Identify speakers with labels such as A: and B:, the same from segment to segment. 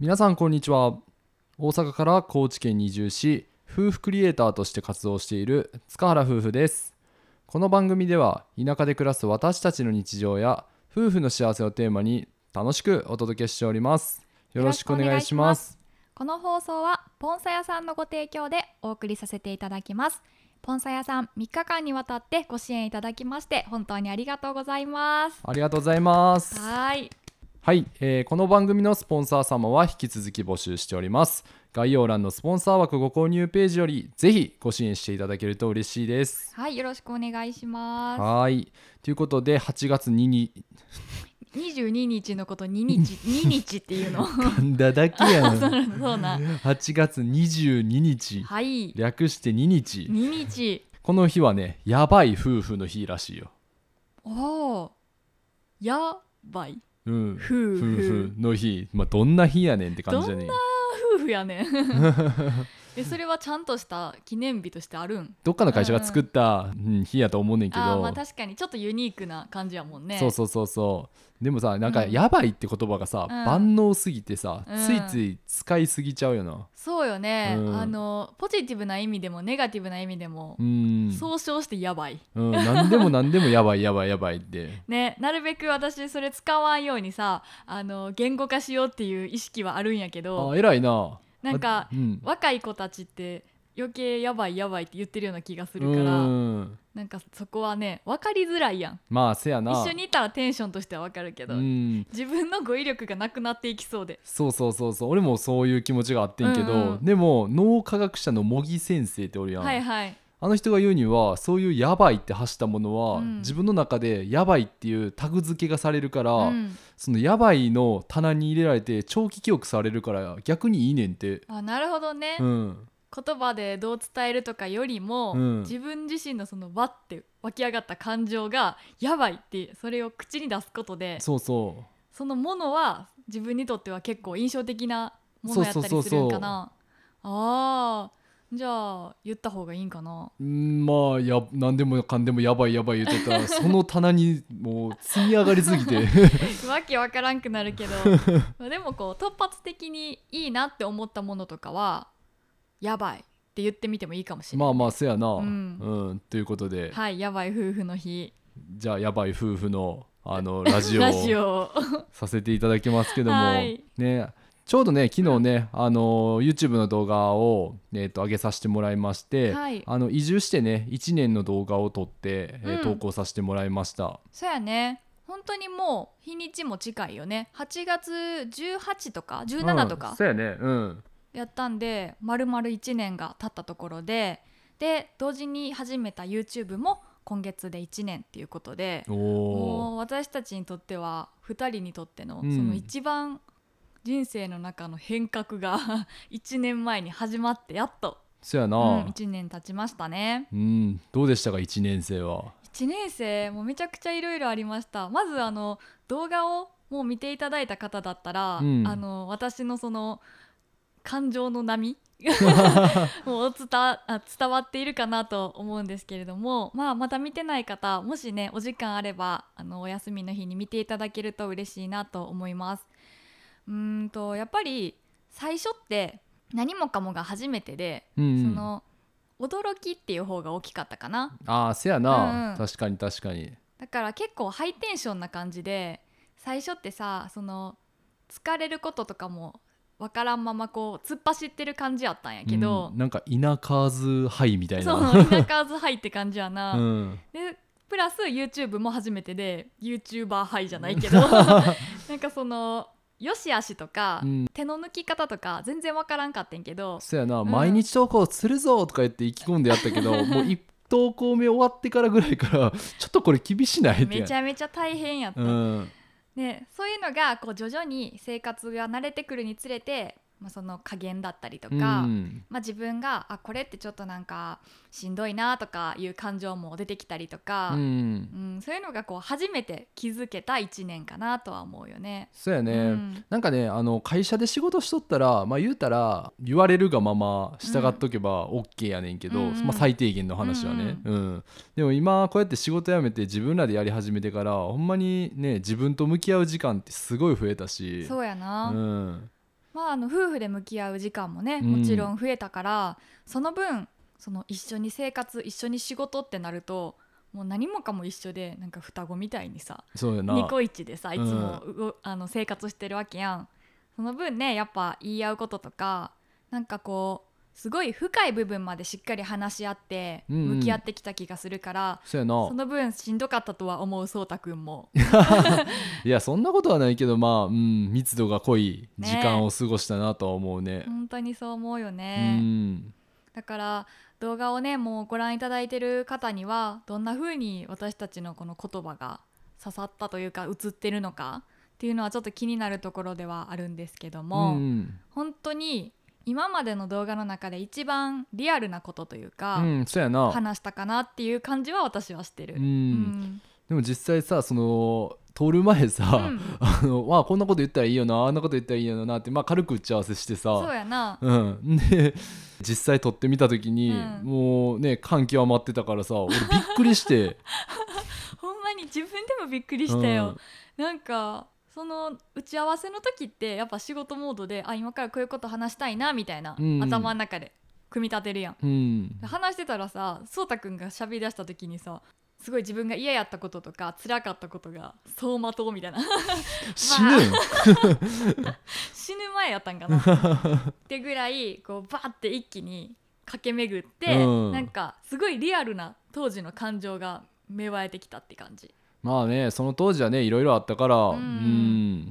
A: 皆さんこんにちは大阪から高知県に移住し夫婦クリエイターとして活動している塚原夫婦ですこの番組では田舎で暮らす私たちの日常や夫婦の幸せをテーマに楽しくお届けしておりますよろしくお願いします
B: この放送はポンサ屋さんのご提供でお送りさせていただきますポンサ屋さん3日間にわたってご支援いただきまして本当にありがとうございます
A: ありがとうございます
B: はい
A: はい、えーこの番組のスポンサー様は引き続き募集しております概要欄のスポンサー枠ご購入ページよりぜひご支援していただけると嬉しいです
B: はいよろしくお願いしま
A: はい。ということで、8月2に、
B: す22日のこと2日 2日っていうのそ
A: なんだだけや
B: う
A: な。
B: なのそうな
A: 8月22日、
B: はい2
A: 略して2日。
B: 日
A: この日はね、やばい夫婦の日らしいよ。
B: おーやばい
A: うん。夫
B: 夫
A: 婦
B: 婦
A: の日。まあ、どんな日やねんって感じだね。
B: 夫婦や ねんえそれはちゃんとした記念日としてあるん
A: どっかの会社が作った、うん日やと思うねんけ
B: あー
A: ど。
B: まあ確かにちょっとユニークな感じやもんね
A: そうそうそうそうでもさなんか「
B: うん
A: やばい」って言葉がさ、
B: ん
A: 万能すぎてさ、
B: うん
A: ついつい使いすぎちゃうよな
B: そうよね、
A: うん
B: あのポジティブな意味でもネガティブな意味でも
A: う、ん
B: 総称してやばい
A: うん、何でも何でもやばいやばいやばいって
B: ねなるべく私それ使わんようにさあの言語化しようっていう意識はあるんやけ
A: あ
B: ど
A: 偉いな
B: なん
A: あ
B: か
A: うん、
B: 若い子たちって余計やばいやばいって言ってるような気がす
A: う
B: るから
A: ん
B: なんかそこはね分かりづらいやん
A: まあせやな
B: 一緒にいたらテンションとしては分かるけ
A: う
B: ど、
A: ん
B: 自分の語彙力がなくなっていきそうで
A: そうそうそうそう俺もそういう気持ちがあってんけど、
B: うんうん
A: でも脳科学者の茂木先生っておるやん、
B: はいはい
A: あの人が言うにはそういう「やばい」って発したものは、
B: うん
A: 自分の中で「やばい」っていうタグ付けがされるから、
B: うん
A: その「やばい」の棚に入れられて長期記憶されるから逆にいいねんって。
B: あなるほどね、
A: うん、
B: 言葉でどう伝えるとかよりも、
A: うん
B: 自分自身のそのわって湧き上がった感情がやばいってそれを口に出すことでそ
A: そうそう
B: のものは自分にとっては結構印象的なものやっ
A: そ
B: た
A: う
B: り
A: そう
B: す
A: そ
B: る
A: うんそ
B: か
A: う
B: なあーじゃあ言った方がいいんか な
A: うんまあや何でもかんでもやばいやばい言って たらその棚にもう積み上がりすぎて
B: わけわからんくなるけど まあでもこう突発的にいいなって思ったものとかはやばいって言ってみてもいいかもしれない、
A: まあまあせやな、
B: うん
A: うん、ということで、
B: はいやばい夫婦の日
A: じゃあやばい夫婦のあのラジオ
B: ラジ
A: を
B: オ
A: させていただきますけども、
B: はい
A: ねちょうどね昨日ね、あの YouTube の動画を、えー、と上げさせてもらいまして、
B: はい
A: あの移住してね1年の動画を撮って、えー
B: うん
A: 投稿させてもらいました、
B: そうやね本当にもう日にちも近いよね8月18とか17と
A: うん
B: か
A: そうやねうん
B: やったんで、丸々1年が経ったところでで同時に始めた YouTube も今月で1年っていうことで
A: お
B: も
A: お
B: う私たちにとっては2人にとって
A: う
B: のそ
A: ん
B: の一番人生の中の変革が 1年前に始まってやっと、
A: そうやな、
B: う、
A: うんん
B: 1年経ちましたね。
A: どうでしたか1年生は
B: 1年生もうめちゃくちゃいろいろありましたまずあの動画をもう見ていただいた方だったら、
A: うん
B: あの私のその感情の波 もう伝わあ伝わっているかなと思うんですけれども、まあ、まだ見てない方もしねお時間あればあのお休みの日に見ていただけると嬉しいなと思います。うーんとやっぱり最初って何もかもが初めてで、
A: うんうん
B: その驚きっていう方が大きかったかな。
A: ああせやな、
B: うん
A: 確かに確かに
B: だから結構ハイテンションな感じで最初ってさその疲れることとかもわからんままこう突っ走ってる感じやったんやけど
A: うん、なんか田舎ずはいみたい
B: そう
A: な
B: 田舎ずハイって感じやな。
A: うん
B: でプラス YouTube も初めてで YouTuber ハイじゃない けどなんかそのよしあしとか、
A: うん
B: 手の抜き方とか全然わからんかってんけど
A: そやな、
B: ん
A: 毎日投稿するぞとか言って意気込んでやったけ どもう一投稿目終わってからぐらいから ちょっとこれ厳しないって
B: めちゃめちゃ大変やった。
A: うん
B: ね、そういうのがこう徐々に生活が慣れてくるにつれて、まあ、その加減だったりとか、
A: うん
B: まあ、自分があこれってちょっとなんかしんどいなとかいう感情も出てきたりとか、
A: う
B: うん
A: ん
B: そういうのがこう初めて気づけた1年かなとは思うよね。
A: そうやね、
B: うん
A: なんかねあの会社で仕事しとったら、まあ、言うたら言われるがまま従っとけば OK やねんけど、
B: うんうん
A: まあ、最低限の話はね、うんでも今こうやって仕事辞めて自分らでやり始めてからほんまにね自分と向き合う時間ってすごい増えたし
B: そうやな、
A: うん、
B: まあ、あの夫婦で向き合う時間もね
A: うん
B: もちろん増えたから、その分その一緒に生活一緒に仕事ってなるともう何もかも一緒でなんか双子みたいにさ
A: そうやな
B: ニコイチでさいつも、うごあの生活してるわけやんその分ねやっぱ言い合うこととかなんかこうすごい深い部分までしっかり話し合って
A: うんうん
B: 向き合ってきた気がするから、
A: そうやな
B: その分しんどかったとは思うそうたくんも
A: いやそんなことはないけどまあ、うん、密度が濃い
B: ね
A: 時間を過ごしたなとは思うね
B: 本当にそう思うよね。
A: うん
B: だから動画をねもうご覧いただいてる方にはどんな風に私たちのこの言葉が刺さったというか映ってるのかっていうのはちょっと気になるところではあるんですけども、
A: うん
B: 本当に今までの動画の中で一番リアルなことという
A: う
B: か、
A: ん、そうやな、
B: 話したかなっていう感じは私はしてる。
A: うん
B: うん
A: でも実際さその撮る前さ、
B: うん
A: あのまあ、こんなこと言ったらいいよなあんなこと言ったらいいよなって、まあ、軽く打ち合わせして
B: そう
A: さ
B: やな、
A: うん、で実際撮ってみた時に、
B: うん
A: もうね感極まってたからさ俺びっくりして
B: ほんまに自分でもびっくりしたよ。なんかその打ち合わせの時ってやっぱ仕事モードであ今からこういうこと話したいなみたいな、
A: うん
B: 頭の中で組み立てるやん。
A: うん、うん
B: で話してたらさそうたくんが喋り出した時にさすごい自分が嫌やったこととか辛かったことが走馬灯みたいな
A: 死ぬん
B: 死ぬ前やったん かなってぐらいこうバーって一気に駆け巡って、
A: うん
B: なんかすごいリアルな当時の感情が芽生えてきたって感じ
A: まあねその当時はねいろいろあったからうん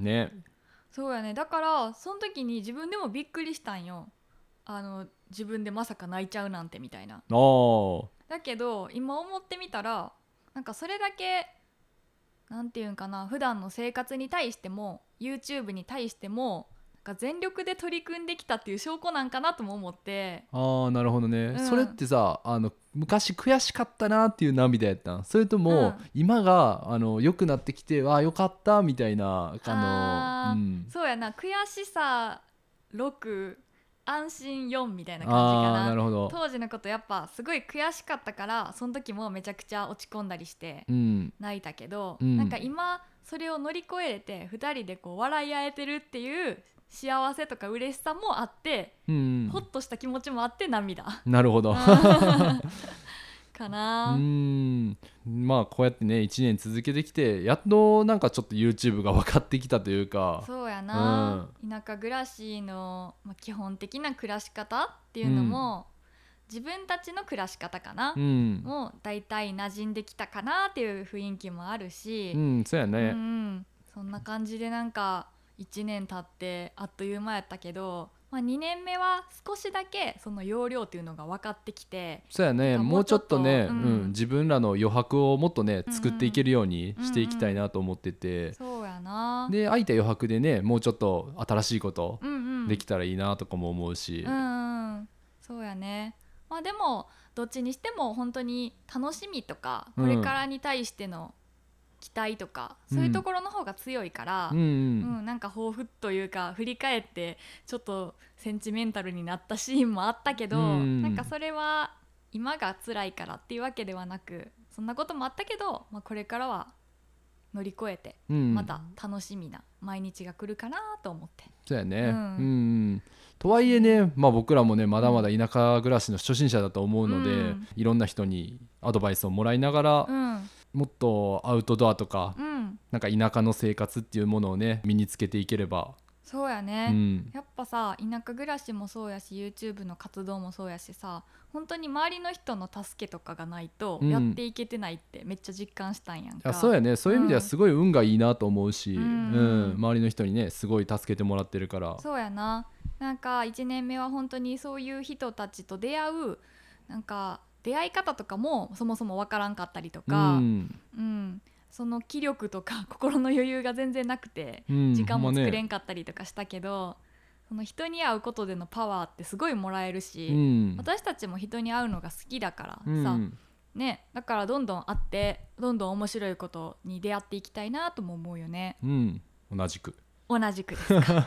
A: んね
B: そうやねだからその時に自分でもびっくりしたんよあの自分でまさか泣いちゃうなんてみたいな
A: ああ
B: だけど今思ってみたらなんかそれだけなんていうんかな普段の生活に対しても YouTube に対してもなんか全力で取り組んできたっていう証拠なんかなとも思って
A: ああなるほどね、
B: うん
A: それってさあの昔悔しかったなっていう涙やったんそれとも、
B: うん
A: 今があの良くなってきてわあよかったみたいなあの
B: あ
A: う
B: ー
A: ん、
B: そうやな悔しさ6安心4みたいな感
A: あ
B: じか
A: あー
B: な
A: なるほど、
B: 当時のことやっぱすごい悔しかったからその時もめちゃくちゃ落ち込んだりして
A: うん、
B: 泣いたけど、
A: うん
B: なんか今それを乗り越えれて2人でこう笑い合えてるっていう幸せとか嬉しさもあって、
A: うん
B: ほっとした気持ちもあって涙
A: なるほど
B: か
A: う
B: な。
A: んまあこうやってね1年続けてきてやっとなんかちょっと YouTube が分かってきたというか
B: そうやな、田舎暮らしの、まあ、基本的な暮らし方っていうのも、自分たちの暮らし方かな、
A: うん
B: もう大体馴染んできたかなっていう雰囲気もあるし、
A: うんそうや
B: うん
A: ね
B: うんそんな感じでなんか1年経ってあっという間やったけど、まあ、2年目は少しだけその要領っていうのが分かってきて
A: そうやね
B: なんか
A: も
B: も
A: う
B: う
A: ちょっとね
B: ちょっと
A: う
B: うん
A: ん、自分らの余白をもっとね作っていけるようにしていきたいなと思ってて、
B: そうやな
A: で空いた余白でねもうちょっと新しいこと
B: うんうん
A: できたらいいなとかも思うし、
B: うんうんそうやねまあでもどっちにしても本当に楽しみとか
A: うん
B: これからに対しての期待とか、そういうところの方が強いから、
A: うんうん
B: うん、なんか抱負というか振り返ってちょっとセンチメンタルになったシーンもあったけど、
A: うん
B: なんかそれは今が辛いからっていうわけではなくそんなこともあったけど、まあ、これからは乗り越えて
A: うん
B: また楽しみな毎日が来るかなと思って。
A: そうやね、う
B: うんん
A: うんとはいえね、まあ、僕らもねまだまだ田舎暮らしの初心者だと思うので、
B: うん
A: いろんな人にアドバイスをもらいながら、
B: うん、
A: もっとアウトドアとか、
B: うん、
A: なんか田舎の生活っていうものをね身につけていければ、
B: そうやね、
A: うん、
B: やっぱさ田舎暮らしもそうやし YouTube の活動もそうやしさ本当に周りの人の助けとかがないと
A: うん
B: やっていけてないってめっちゃ実感したんやんか、
A: あそうやねそういう意味ではすごい運がいいなと思うし、う
B: うんん
A: 周りの人にねすごい助けてもらってるから。
B: そうやななんか1年目は本当にそういう人たちと出会うなんか出会い方とかもそもそもわからんかったりと
A: う
B: か、うん
A: ん
B: その気力とか 心の余裕が全然なくて
A: うん
B: 時間
A: ほ
B: も
A: んまね
B: 作れんかったりとかしたけど、その人に会うことでのパワーってすごいもらえるし、
A: うん、
B: 私たちも人に会うのが好きだからさ、
A: うん、
B: ね、だからどんどん会ってどんどん面白いことに出会っていきたいなとも思うよね
A: うん、同じく。
B: 同じ くですか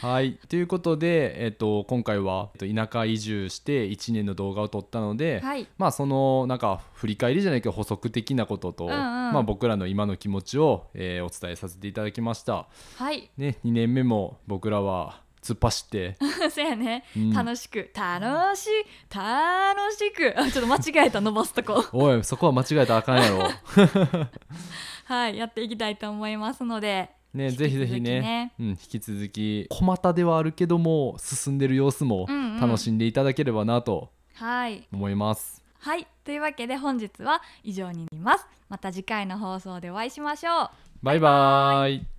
A: はいということで、えっと、今回は、えっと、田舎移住して1年の動画を撮ったので、
B: はい
A: まあそのなんか振り返りじゃないけど補足的なことと、
B: うんうん
A: まあ、僕らの今の気持ちを、えーお伝えさせていただきました。
B: はい
A: ね、2年目も僕らは突っ走って、
B: そうやね、
A: うん
B: 楽しく楽しい楽しくあちょっと間違えた伸ばすとこ
A: おいそこは間違えたらあかんやろ
B: はいやっていきたいと思いますので
A: ねぜひぜひね
B: ね
A: うん、引き続き小股ではあるけども進んでる様子も
B: うんうん
A: 楽しんでいただければなと
B: はい
A: 思います、
B: はいというわけで本日は以上になりますまた次回の放送でお会いしましょう
A: バイバーイ